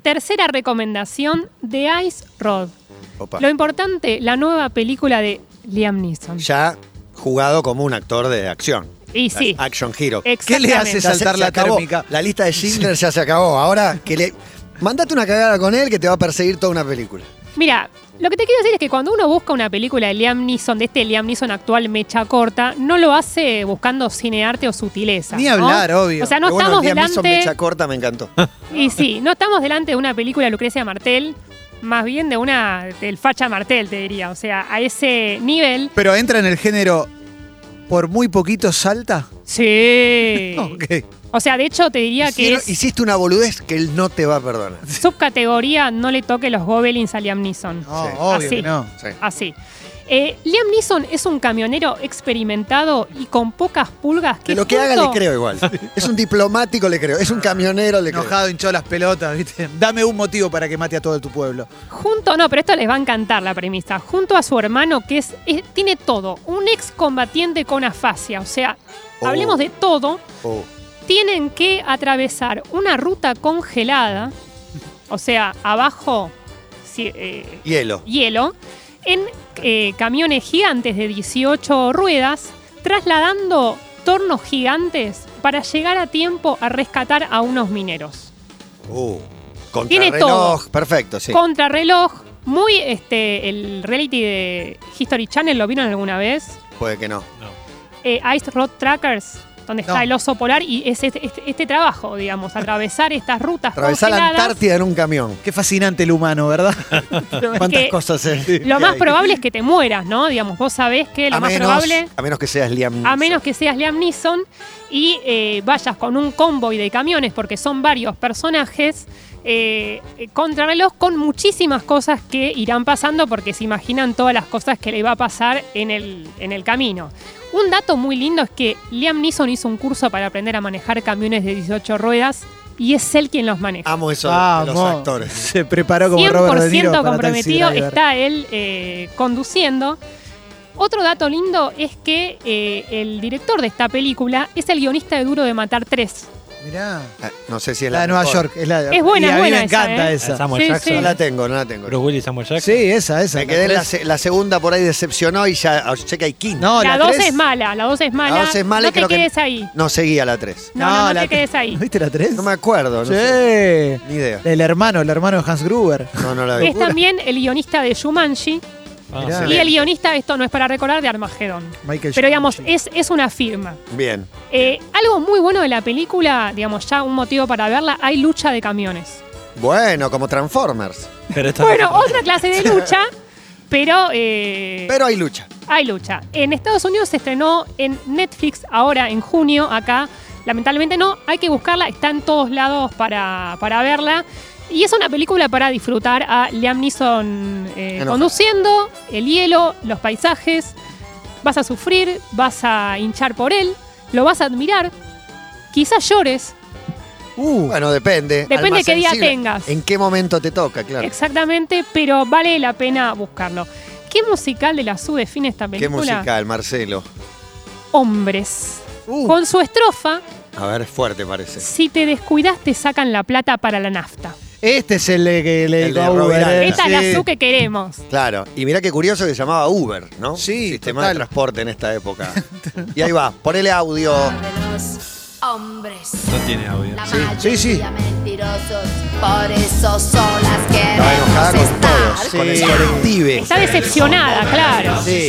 Speaker 3: Tercera recomendación de Ice Rod.
Speaker 4: Opa.
Speaker 3: Lo importante, la nueva película de Liam Neeson.
Speaker 4: Ya jugado como un actor de acción.
Speaker 3: Y sí,
Speaker 4: Action Hero.
Speaker 6: Ah, ¿Qué le hace
Speaker 3: exactamente.
Speaker 4: Ya se-
Speaker 6: saltar
Speaker 4: se
Speaker 6: la
Speaker 4: acabó.
Speaker 6: térmica?
Speaker 4: La lista de Schindler ya se acabó. Ahora que le. Mandate una cagada con él que te va a perseguir toda una película.
Speaker 3: Mira, lo que te quiero decir es que cuando uno busca una película de Liam Neeson, de este Liam Neeson actual mecha corta, no lo hace buscando cinearte o sutileza.
Speaker 6: Ni
Speaker 3: ¿no?
Speaker 6: hablar, obvio.
Speaker 3: O sea, no
Speaker 4: Pero bueno,
Speaker 3: estamos
Speaker 4: el día Mason
Speaker 3: delante.
Speaker 4: mecha corta me encantó.
Speaker 3: Y sí, no estamos delante de una película de Lucrecia Martel, más bien de una del facha Martel, te diría. O sea, a ese nivel.
Speaker 6: Pero entra en el género por muy poquito salta.
Speaker 3: <laughs> Sí.
Speaker 6: Ok.
Speaker 3: O sea, de hecho te diría que
Speaker 4: Hicieron-
Speaker 3: es
Speaker 4: Hiciste una boludez que él no te va a perdonar.
Speaker 3: subcategoría no le toque los gobelins a Liam Neeson.
Speaker 6: No,
Speaker 4: Sí.
Speaker 6: obvio
Speaker 3: Así.
Speaker 6: que no.
Speaker 4: Sí.
Speaker 3: Así. Eh, Liam Neeson es un camionero experimentado y con pocas pulgas que
Speaker 4: De lo que haga
Speaker 3: junto-
Speaker 4: le creo igual. Es un diplomático, le creo. Es un camionero, le creo.
Speaker 6: Enojado, hinchó las pelotas, ¿viste? Dame un motivo para que mate a todo tu pueblo.
Speaker 3: Junto, no, pero esto les va a encantar la premisa. Junto a su hermano, que es, es- tiene todo, un excombatiente con afasia, o sea,
Speaker 4: Oh.
Speaker 3: hablemos de todo,
Speaker 4: Oh,
Speaker 3: tienen que atravesar una ruta congelada, o sea, abajo si- eh,
Speaker 4: hielo.
Speaker 3: hielo, en eh, camiones gigantes de 18 ruedas, trasladando tornos gigantes para llegar a tiempo a rescatar a unos mineros.
Speaker 4: Oh.
Speaker 3: Tiene
Speaker 4: Contrarreloj. Perfecto, sí.
Speaker 3: Contrarreloj, muy este, el reality de History Channel, ¿lo vieron alguna vez?
Speaker 4: Puede que no.
Speaker 3: Eh, Ice Road Trackers, donde
Speaker 6: No.
Speaker 3: está el oso polar y es este, este- este trabajo, digamos, atravesar estas rutas
Speaker 4: Atravesar la
Speaker 3: congeladas.
Speaker 4: Antártida en un camión.
Speaker 6: Qué fascinante el
Speaker 3: <laughs>
Speaker 6: humano, ¿verdad? <laughs>
Speaker 4: ¿Cuántas
Speaker 3: Que
Speaker 4: cosas es?
Speaker 3: Lo más probable es que te mueras, ¿no? Digamos, vos sabés que lo
Speaker 4: a
Speaker 3: más
Speaker 4: menos,
Speaker 3: probable...
Speaker 4: A menos que seas Liam
Speaker 3: A
Speaker 4: Neeson.
Speaker 3: menos que seas Liam Neeson y eh, vayas con un convoy de camiones, porque son varios personajes eh, eh, contrarreloj con muchísimas cosas que irán pasando porque se imaginan todas las cosas que le va a pasar en el, en el camino. Un dato muy lindo es que Liam Neeson hizo un curso para aprender a manejar camiones de 18 ruedas y es él quien los maneja.
Speaker 4: Amo eso de- de los
Speaker 6: Vamos.
Speaker 4: actores.
Speaker 6: Se preparó como Robert De Niro
Speaker 3: 100%
Speaker 6: para
Speaker 3: comprometido
Speaker 6: Taxi Driver.
Speaker 3: está él eh, conduciendo. Otro dato lindo es que eh, el director de esta película es el guionista de Duro de Matar 3.
Speaker 6: Mirá.
Speaker 4: Ah, No sé si es
Speaker 6: La
Speaker 4: la.
Speaker 6: de Nueva
Speaker 4: mejor.
Speaker 6: York. Es, la de-
Speaker 3: Es buena,
Speaker 6: y
Speaker 3: es
Speaker 6: a mí
Speaker 3: buena
Speaker 6: me
Speaker 3: esa,
Speaker 6: encanta
Speaker 3: ¿eh?
Speaker 6: esa.
Speaker 1: Samuel
Speaker 3: Sí,
Speaker 1: Jackson.
Speaker 3: sí.
Speaker 4: No la tengo, no la tengo.
Speaker 1: Bruce Willis, Samuel Jackson.
Speaker 6: Sí, esa, esa.
Speaker 4: Me quedé en la,
Speaker 6: tres.
Speaker 4: se- la segunda, por ahí decepcionó y ya oh, sé que hay quinta.
Speaker 6: No,
Speaker 3: la
Speaker 6: la
Speaker 3: 2
Speaker 6: tres-
Speaker 3: es mala, la 2 es mala.
Speaker 4: La dos es mala y
Speaker 3: no te
Speaker 4: creo que-
Speaker 3: quedes ahí.
Speaker 4: No seguía la tres.
Speaker 3: No, no, no,
Speaker 6: la
Speaker 3: te quedes ahí.
Speaker 6: <laughs> ¿No ¿Viste la 3?
Speaker 4: No me acuerdo, no
Speaker 6: Sí.
Speaker 4: sé. Ni idea.
Speaker 6: El hermano, el hermano de Hans Gruber.
Speaker 4: No, no la vi.
Speaker 3: Es también el guionista de Shumanji
Speaker 1: Ah,
Speaker 6: Mirá.
Speaker 3: y
Speaker 4: Excelente.
Speaker 3: el guionista, esto no es para recordar, de Armagedón.
Speaker 6: Michael
Speaker 3: Pero digamos,
Speaker 6: Giacchino.
Speaker 3: es, es una firma.
Speaker 4: Bien.
Speaker 3: Eh, algo muy bueno de la película, digamos, ya un motivo para verla, hay lucha de camiones.
Speaker 4: Bueno, como Transformers.
Speaker 1: Pero esta
Speaker 3: Bueno,
Speaker 1: no-
Speaker 3: otra clase de lucha, pero, eh,
Speaker 4: Pero hay lucha.
Speaker 3: hay lucha. En Estados Unidos se estrenó en Netflix ahora en junio, acá. Lamentablemente no, hay que buscarla, está en todos lados para, para verla. Y es una película para disfrutar a Liam Neeson eh,
Speaker 4: Enoja.
Speaker 3: conduciendo, el hielo, los paisajes. Vas a sufrir, vas a hinchar por él, lo vas a admirar, quizás llores.
Speaker 6: Uh,
Speaker 4: Bueno, depende.
Speaker 3: Depende
Speaker 4: Alma
Speaker 3: qué día
Speaker 4: sensible.
Speaker 3: tengas.
Speaker 4: En qué momento te toca, claro.
Speaker 3: Exactamente, pero vale la pena buscarlo. ¿Qué musical de la SU define esta
Speaker 4: Qué
Speaker 3: película?
Speaker 4: musical, Marcelo.
Speaker 3: Hombres.
Speaker 6: uh,
Speaker 3: Con su estrofa,
Speaker 4: A ver, es fuerte parece.
Speaker 3: si te descuidas te sacan la plata para la nafta.
Speaker 6: Este es el de que le
Speaker 4: El de
Speaker 6: dedicó a
Speaker 4: Robbie
Speaker 6: Uber,
Speaker 4: Dyer.
Speaker 6: eh,
Speaker 3: Esta es la
Speaker 6: sí.
Speaker 3: SU que queremos.
Speaker 4: Claro. Y mirá qué curioso que se llamaba Uber, ¿no?
Speaker 6: Sí,
Speaker 4: Sistema de
Speaker 6: total.
Speaker 4: transporte en esta
Speaker 6: <laughs>
Speaker 4: época. y ahí va, ponele audio.
Speaker 7: de los hombres.
Speaker 5: No tiene audio.
Speaker 7: La
Speaker 6: Sí,
Speaker 7: mayoría
Speaker 6: sí, sí.
Speaker 7: mentirosos, por eso solas
Speaker 4: Estaba enojada
Speaker 7: queremos
Speaker 4: con todos,
Speaker 7: estar.
Speaker 4: con
Speaker 6: Sí.
Speaker 4: el colectivo.
Speaker 3: Está decepcionada, claro.
Speaker 6: Sí.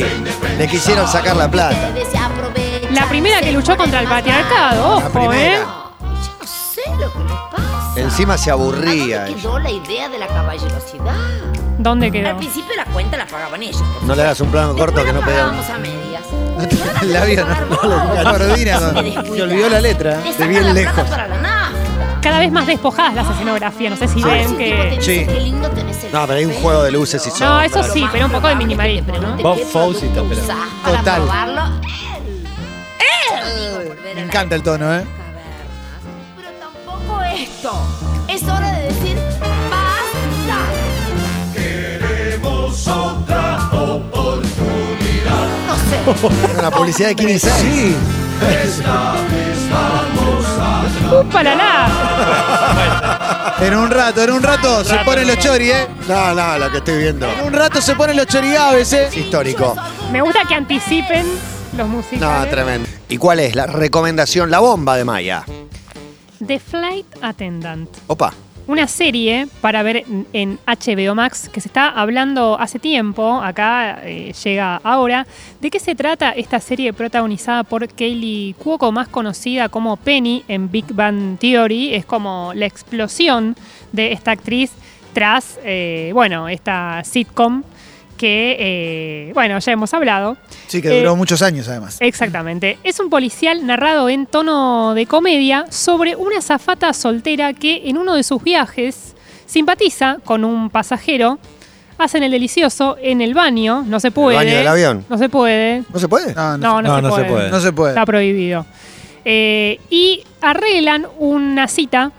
Speaker 4: Le quisieron sacar la plata.
Speaker 7: Ustedes se aprovechan,
Speaker 3: La primera que
Speaker 7: se
Speaker 3: luchó
Speaker 7: ponen
Speaker 3: contra el
Speaker 7: más
Speaker 3: patriarcado,
Speaker 4: La
Speaker 3: ojo, ¿eh?
Speaker 4: primera.
Speaker 7: bravos. Yo no sé lo que les pasa.
Speaker 4: Encima se
Speaker 7: ¿A
Speaker 4: aburría.
Speaker 7: dónde quedó la idea de la caballerosidad?
Speaker 3: ¿Dónde
Speaker 7: Al
Speaker 3: quedó?
Speaker 7: principio la cuenta la pagaban ellos.
Speaker 4: No le hagas un plano corto que no
Speaker 7: Vamos
Speaker 4: pedían.
Speaker 7: a medias.
Speaker 6: El labio no, no lo no coordina. con- Se olvidó la letra.
Speaker 7: Te
Speaker 4: de
Speaker 7: sacan
Speaker 4: bien
Speaker 7: la
Speaker 4: lejos.
Speaker 7: plata para la nafta.
Speaker 3: Cada vez más despojadas las escenografías, no sé si
Speaker 7: Ahora
Speaker 3: ven
Speaker 7: sí, tipo, te
Speaker 3: que...
Speaker 7: dice,
Speaker 6: Sí.
Speaker 7: "Qué lindo tenés el
Speaker 4: No, pero hay un
Speaker 7: pelo".
Speaker 4: juego de luces y
Speaker 7: No,
Speaker 3: No,
Speaker 4: sombras.
Speaker 3: eso sí, pero un poco de minimalismo, ¿no?
Speaker 1: Bob Fosse y todo, pero-
Speaker 6: Total.
Speaker 7: Total. Probarlo, él. Él.
Speaker 6: Me encanta el tono, ¿eh?
Speaker 7: Cavernas. Pero tampoco esto. Es hora de decir basta. Queremos otra oportunidad. No sé.
Speaker 4: Era una publicidad de 15 años.
Speaker 6: Sí.
Speaker 3: ¡Uh, ¡Para nada!
Speaker 6: En un rato, en un rato se ponen los chori, ¿eh?
Speaker 4: No, no, lo que estoy viendo.
Speaker 6: En un rato se ponen los chorigaves, ¿eh?
Speaker 4: Histórico.
Speaker 3: Me gusta que anticipen los
Speaker 4: No,
Speaker 3: musicales.
Speaker 4: tremendo. ¿Y cuál es la recomendación? La bomba de Maya.
Speaker 3: The Flight Attendant.
Speaker 4: Opa.
Speaker 3: una serie para ver en- en HBO Max que se está hablando hace tiempo, acá eh, llega ahora. ¿De qué se trata esta serie protagonizada por Kaylee Cuoco, más conocida como Penny en Big Bang Theory? Es como la explosión de esta actriz tras, eh, bueno, esta sitcom que, eh, bueno, ya hemos hablado.
Speaker 6: Sí, que duró
Speaker 3: Eh,
Speaker 6: muchos años además.
Speaker 3: Exactamente. Es un policial narrado en tono de comedia sobre una azafata soltera que en uno de sus viajes simpatiza con un pasajero. Hacen el delicioso en el baño, no se puede.
Speaker 4: baño del avión?
Speaker 3: No se puede.
Speaker 4: ¿No se puede?
Speaker 6: No,
Speaker 3: No,
Speaker 6: no,
Speaker 3: no,
Speaker 1: no, no se puede.
Speaker 6: se- no se puede.
Speaker 3: Está prohibido. Eh, y arreglan una cita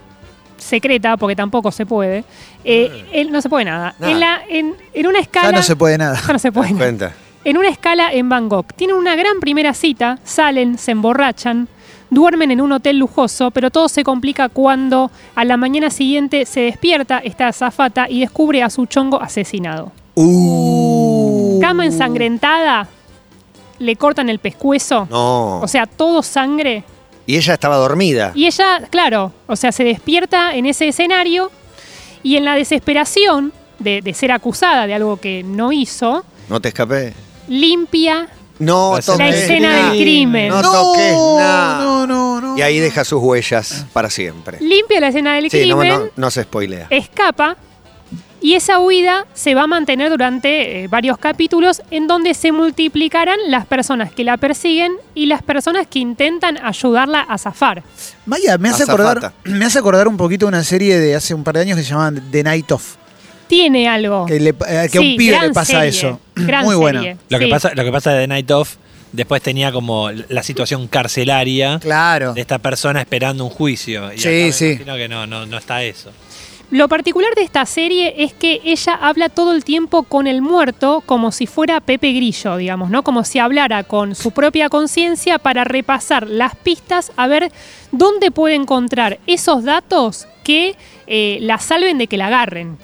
Speaker 3: secreta, porque tampoco se puede. Eh, él- no se puede nada.
Speaker 4: Nada.
Speaker 3: En, la- en- en una escala.
Speaker 6: Ya no se puede nada.
Speaker 3: Ya no se puede. nada
Speaker 4: Cuenta.
Speaker 3: en una escala en Bangkok. Tienen una gran primera cita, salen, se emborrachan, duermen en un hotel lujoso, pero todo se complica cuando a la mañana siguiente se despierta esta azafata y descubre a su chongo asesinado.
Speaker 4: Uh,
Speaker 3: Cama ensangrentada, le cortan el pescuezo,
Speaker 4: No.
Speaker 3: o sea, todo sangre.
Speaker 4: Y ella estaba dormida.
Speaker 3: Y ella, claro, o sea, se despierta en ese escenario y en la desesperación de, de ser acusada de algo que no hizo,
Speaker 4: No te escapé.
Speaker 3: limpia
Speaker 4: No
Speaker 1: La escena
Speaker 3: la
Speaker 4: toques
Speaker 3: escena
Speaker 4: nada.
Speaker 3: del crimen.
Speaker 4: No toques nada.
Speaker 6: No, no, no.
Speaker 4: Y ahí deja sus huellas para siempre.
Speaker 3: limpia la escena del
Speaker 4: Sí, no,
Speaker 3: crimen,
Speaker 4: no- no se spoilea.
Speaker 3: escapa Y esa huida se va a mantener durante eh, varios capítulos en donde se multiplicarán las personas que la persiguen y las personas que intentan ayudarla a zafar.
Speaker 6: Maya, me hace, acordar,
Speaker 4: Azafata.
Speaker 6: me hace acordar un poquito una serie de hace un par de años que se llamaba The Night Of.
Speaker 3: Tiene algo.
Speaker 6: Que, le- eh, que a
Speaker 3: Oh. Sí,
Speaker 6: un pibe
Speaker 3: gran
Speaker 6: le pasa
Speaker 3: serie,
Speaker 6: eso. <clears throat>
Speaker 3: gran
Speaker 6: Muy buena.
Speaker 3: serie,
Speaker 1: Lo, que
Speaker 3: oh, sí.
Speaker 1: pasa, lo que pasa de The Night Off, después tenía como la situación carcelaria
Speaker 6: Claro.
Speaker 1: de esta persona esperando un juicio. Y
Speaker 6: Sí,
Speaker 1: acá me
Speaker 6: sí.
Speaker 1: imagino que no, no, no está eso.
Speaker 3: Lo particular de esta serie es que ella habla todo el tiempo con el muerto como si fuera Pepe Grillo, digamos, ¿no? Como si hablara con su propia conciencia para repasar las pistas a ver dónde puede encontrar esos datos que eh, la salven de que la agarren.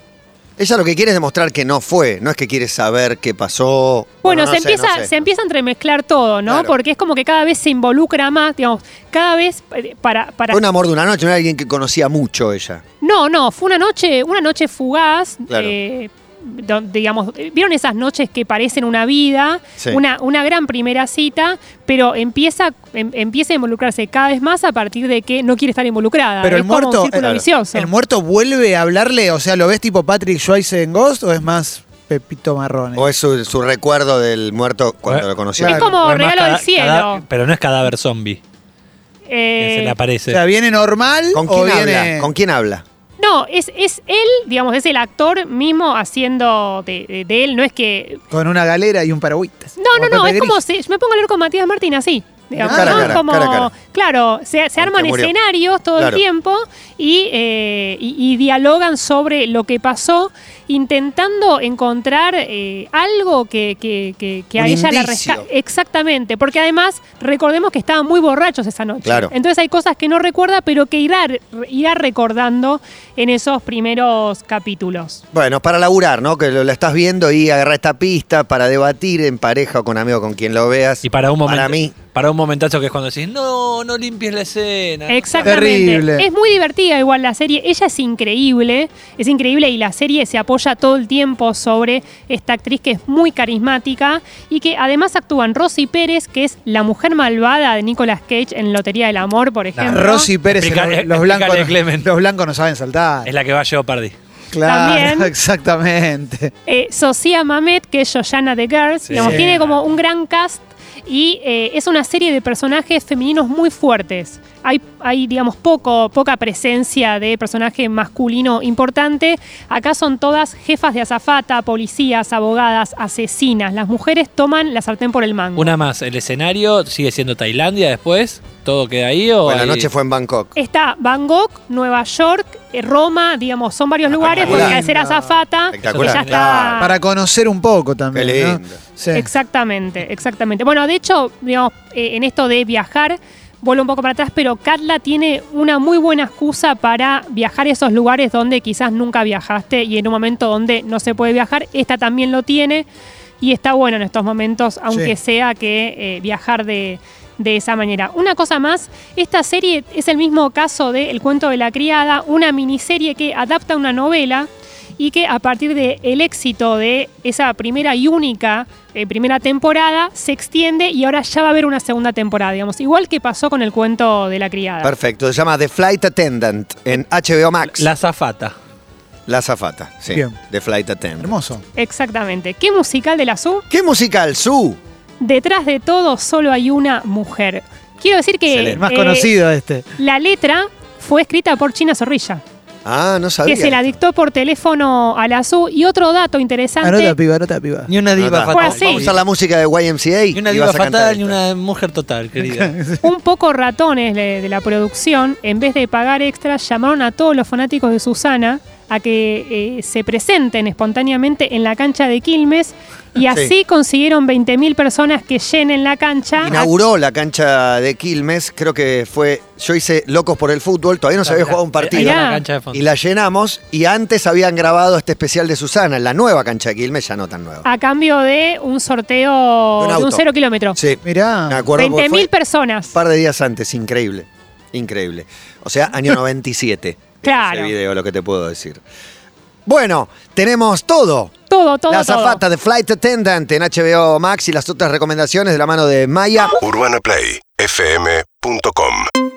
Speaker 4: Ella lo que quiere es demostrar que no fue, no es que quiere saber qué pasó.
Speaker 3: Bueno, se,
Speaker 4: no sé,
Speaker 3: empieza,
Speaker 4: no sé.
Speaker 3: se em- empieza a entremezclar todo, ¿no?
Speaker 4: Claro.
Speaker 3: Porque es como que cada vez se involucra más, digamos, cada vez eh, para... para
Speaker 4: Fue un amor de una noche, no era alguien que conocía mucho ella.
Speaker 3: No, no, fue una noche, una noche fugaz.
Speaker 4: Claro.
Speaker 3: eh, don- digamos, eh, ¿vieron esas noches que parecen una vida?
Speaker 4: Sí.
Speaker 3: Una, una gran primera cita, pero empieza, em- empieza a involucrarse cada vez más a partir de que no quiere estar involucrada.
Speaker 6: Pero
Speaker 3: es
Speaker 6: el muerto,
Speaker 3: como un círculo
Speaker 6: claro,
Speaker 3: vicioso.
Speaker 6: el muerto vuelve a hablarle, o sea, ¿lo ves tipo Patrick Swayze en Ghost o es más Pepito Marrone?
Speaker 4: O es su, su recuerdo del muerto cuando
Speaker 1: Bueno,
Speaker 4: lo conoció.
Speaker 6: claro.
Speaker 3: Es como
Speaker 1: Además,
Speaker 3: regalo
Speaker 1: cada-
Speaker 3: del cielo.
Speaker 1: cada- pero no es cadáver zombie que
Speaker 3: Eh,
Speaker 1: se le
Speaker 6: o
Speaker 1: aparece.
Speaker 6: sea, ¿viene normal
Speaker 4: ¿Con
Speaker 6: o
Speaker 4: quién
Speaker 6: viene...?
Speaker 4: habla? ¿Con quién habla?
Speaker 3: no, es, es él, digamos, es el actor mismo haciendo de- de- de él. No es que
Speaker 6: Con una galera y un paragüitas.
Speaker 3: No, no, no,
Speaker 6: Pepe
Speaker 3: es como
Speaker 6: Grillo.
Speaker 3: si yo me pongo a hablar con Matías Martín así. Digamos,
Speaker 6: Cara a
Speaker 3: ¿no?
Speaker 4: cara,
Speaker 3: como,
Speaker 4: cara a cara.
Speaker 3: Claro, se, se arman
Speaker 4: que murió.
Speaker 3: escenarios todo
Speaker 4: Claro.
Speaker 3: el tiempo y, eh, y- y dialogan sobre lo que pasó, intentando encontrar eh, algo que, que- que- que a
Speaker 4: Un
Speaker 3: ella la
Speaker 4: indicio.
Speaker 3: rescate. Exactamente, porque además recordemos que estaban muy borrachos esa noche.
Speaker 4: Claro.
Speaker 3: Entonces hay cosas que no recuerda, pero que irá, irá recordando en esos primeros capítulos.
Speaker 4: Bueno, para laburar, ¿no? Que lo, la estás viendo y agarrar esta pista para debatir en pareja o con amigo con quien lo veas.
Speaker 1: y para un momento,
Speaker 4: Para mí.
Speaker 1: para un momentazo que es cuando decís, no, no limpies la escena.
Speaker 3: Exactamente.
Speaker 6: Terrible.
Speaker 3: Es muy divertida igual la serie. Ella es increíble. Es increíble y la serie se apoya todo el tiempo sobre esta actriz que es muy carismática y que además actúan Rosy Pérez, que es la mujer malvada de Nicolas Cage en Lotería del Amor, por ejemplo.
Speaker 6: Rosy Pérez,
Speaker 1: Explica-
Speaker 6: los-
Speaker 1: eh,
Speaker 6: los, blancos,
Speaker 1: explícale, Clemen.
Speaker 6: los blancos no saben saltar.
Speaker 1: Es la que va yo, Pardi.
Speaker 6: Claro,
Speaker 3: También.
Speaker 6: <laughs> exactamente.
Speaker 3: Eh, Socia Mamet, que es Joyana de Girls.
Speaker 1: Sí.
Speaker 3: Digamos,
Speaker 1: Sí.
Speaker 3: tiene como un gran cast y eh, es una serie de personajes femeninos muy fuertes. Hay, hay digamos, poco, poca presencia de personaje masculino importante. Acá son todas jefas de azafata, policías, abogadas, asesinas. Las mujeres toman la sartén por el mango.
Speaker 1: Una más, el escenario sigue siendo Tailandia después. ¿Todo queda Oh, ahí o
Speaker 4: Bueno, la
Speaker 1: hay-
Speaker 4: noche fue en Bangkok.
Speaker 3: Está Bangkok, Nueva York, eh, Roma, digamos, son varios lugares porque al ser
Speaker 6: Espectacular.
Speaker 3: azafata,
Speaker 4: Espectacular.
Speaker 3: ella está...
Speaker 6: Para conocer un poco también.
Speaker 4: Qué
Speaker 6: ¿no?
Speaker 4: lindo.
Speaker 6: Sí.
Speaker 3: Exactamente, exactamente. Bueno, de hecho, digamos, eh, en esto de viajar, vuelvo un poco para atrás, pero Katla tiene una muy buena excusa para viajar a esos lugares donde quizás nunca viajaste y en un momento donde no se puede viajar, esta también lo tiene y está bueno en estos momentos, aunque sea que eh, viajar de, de esa manera. Una cosa más, esta serie es el mismo caso de El cuento de la criada, una miniserie que adapta una novela y que a partir del éxito de esa primera y única eh, primera temporada se extiende y ahora ya va a haber una segunda temporada, digamos, igual que pasó con El cuento de la criada.
Speaker 4: Perfecto, se llama The Flight Attendant en HBO Max.
Speaker 1: La zafata.
Speaker 4: La zafata, sí.
Speaker 6: Bien.
Speaker 4: The Flight Attendant.
Speaker 6: Hermoso.
Speaker 3: Exactamente. ¿Qué musical de la SU?
Speaker 4: ¿Qué musical, Su?
Speaker 3: Detrás de todo solo hay una mujer. Quiero decir que
Speaker 6: El más
Speaker 3: eh,
Speaker 6: conocido este.
Speaker 3: la letra fue escrita por China Zorrilla,
Speaker 4: Ah, no sabía.
Speaker 3: que se la dictó por teléfono a la SU. Y otro
Speaker 6: Ah,
Speaker 3: dato interesante,
Speaker 6: Anota piba, anota piba.
Speaker 1: Ni una
Speaker 4: No,
Speaker 1: diva
Speaker 4: está.
Speaker 1: fatal.
Speaker 3: Bueno, sí.
Speaker 4: Vamos a usar la música de YMCA.
Speaker 1: Ni una
Speaker 4: y
Speaker 1: diva
Speaker 4: vas a cantar
Speaker 1: fatal, ni
Speaker 4: esta.
Speaker 1: una mujer total,
Speaker 4: <laughs>
Speaker 1: querida.
Speaker 3: un poco ratones de, de la producción, en vez de pagar extra, llamaron a todos los fanáticos de Susana a que eh, se presenten espontáneamente en la cancha de Quilmes y así consiguieron 20.000 personas que llenen la cancha.
Speaker 4: Inauguró la cancha de Quilmes, creo que fue. Yo hice Locos por el Fútbol, todavía no se había jugado un partido.
Speaker 1: Ahí va la
Speaker 3: Mirá.
Speaker 1: cancha de fondo.
Speaker 4: Y la llenamos, y antes habían grabado este especial de Susana, en la nueva cancha de Quilmes, ya no tan nueva.
Speaker 3: a cambio de un sorteo
Speaker 4: De un
Speaker 3: de
Speaker 4: auto.
Speaker 3: un cero kilómetro.
Speaker 4: Sí, me
Speaker 6: Mirá.
Speaker 4: acuerdo porque
Speaker 3: 20.000
Speaker 4: fue
Speaker 3: personas.
Speaker 4: un par de días antes, increíble, increíble. O sea,
Speaker 3: <laughs>
Speaker 4: año 97.
Speaker 3: Claro.
Speaker 4: Ese video, lo que te puedo decir. Bueno, tenemos todo.
Speaker 3: Todo, todo,
Speaker 4: la
Speaker 3: todo.
Speaker 4: zafata de Flight Attendant en HBO Max y las otras recomendaciones de la mano de Maya.
Speaker 8: UrbanaPlayFM.com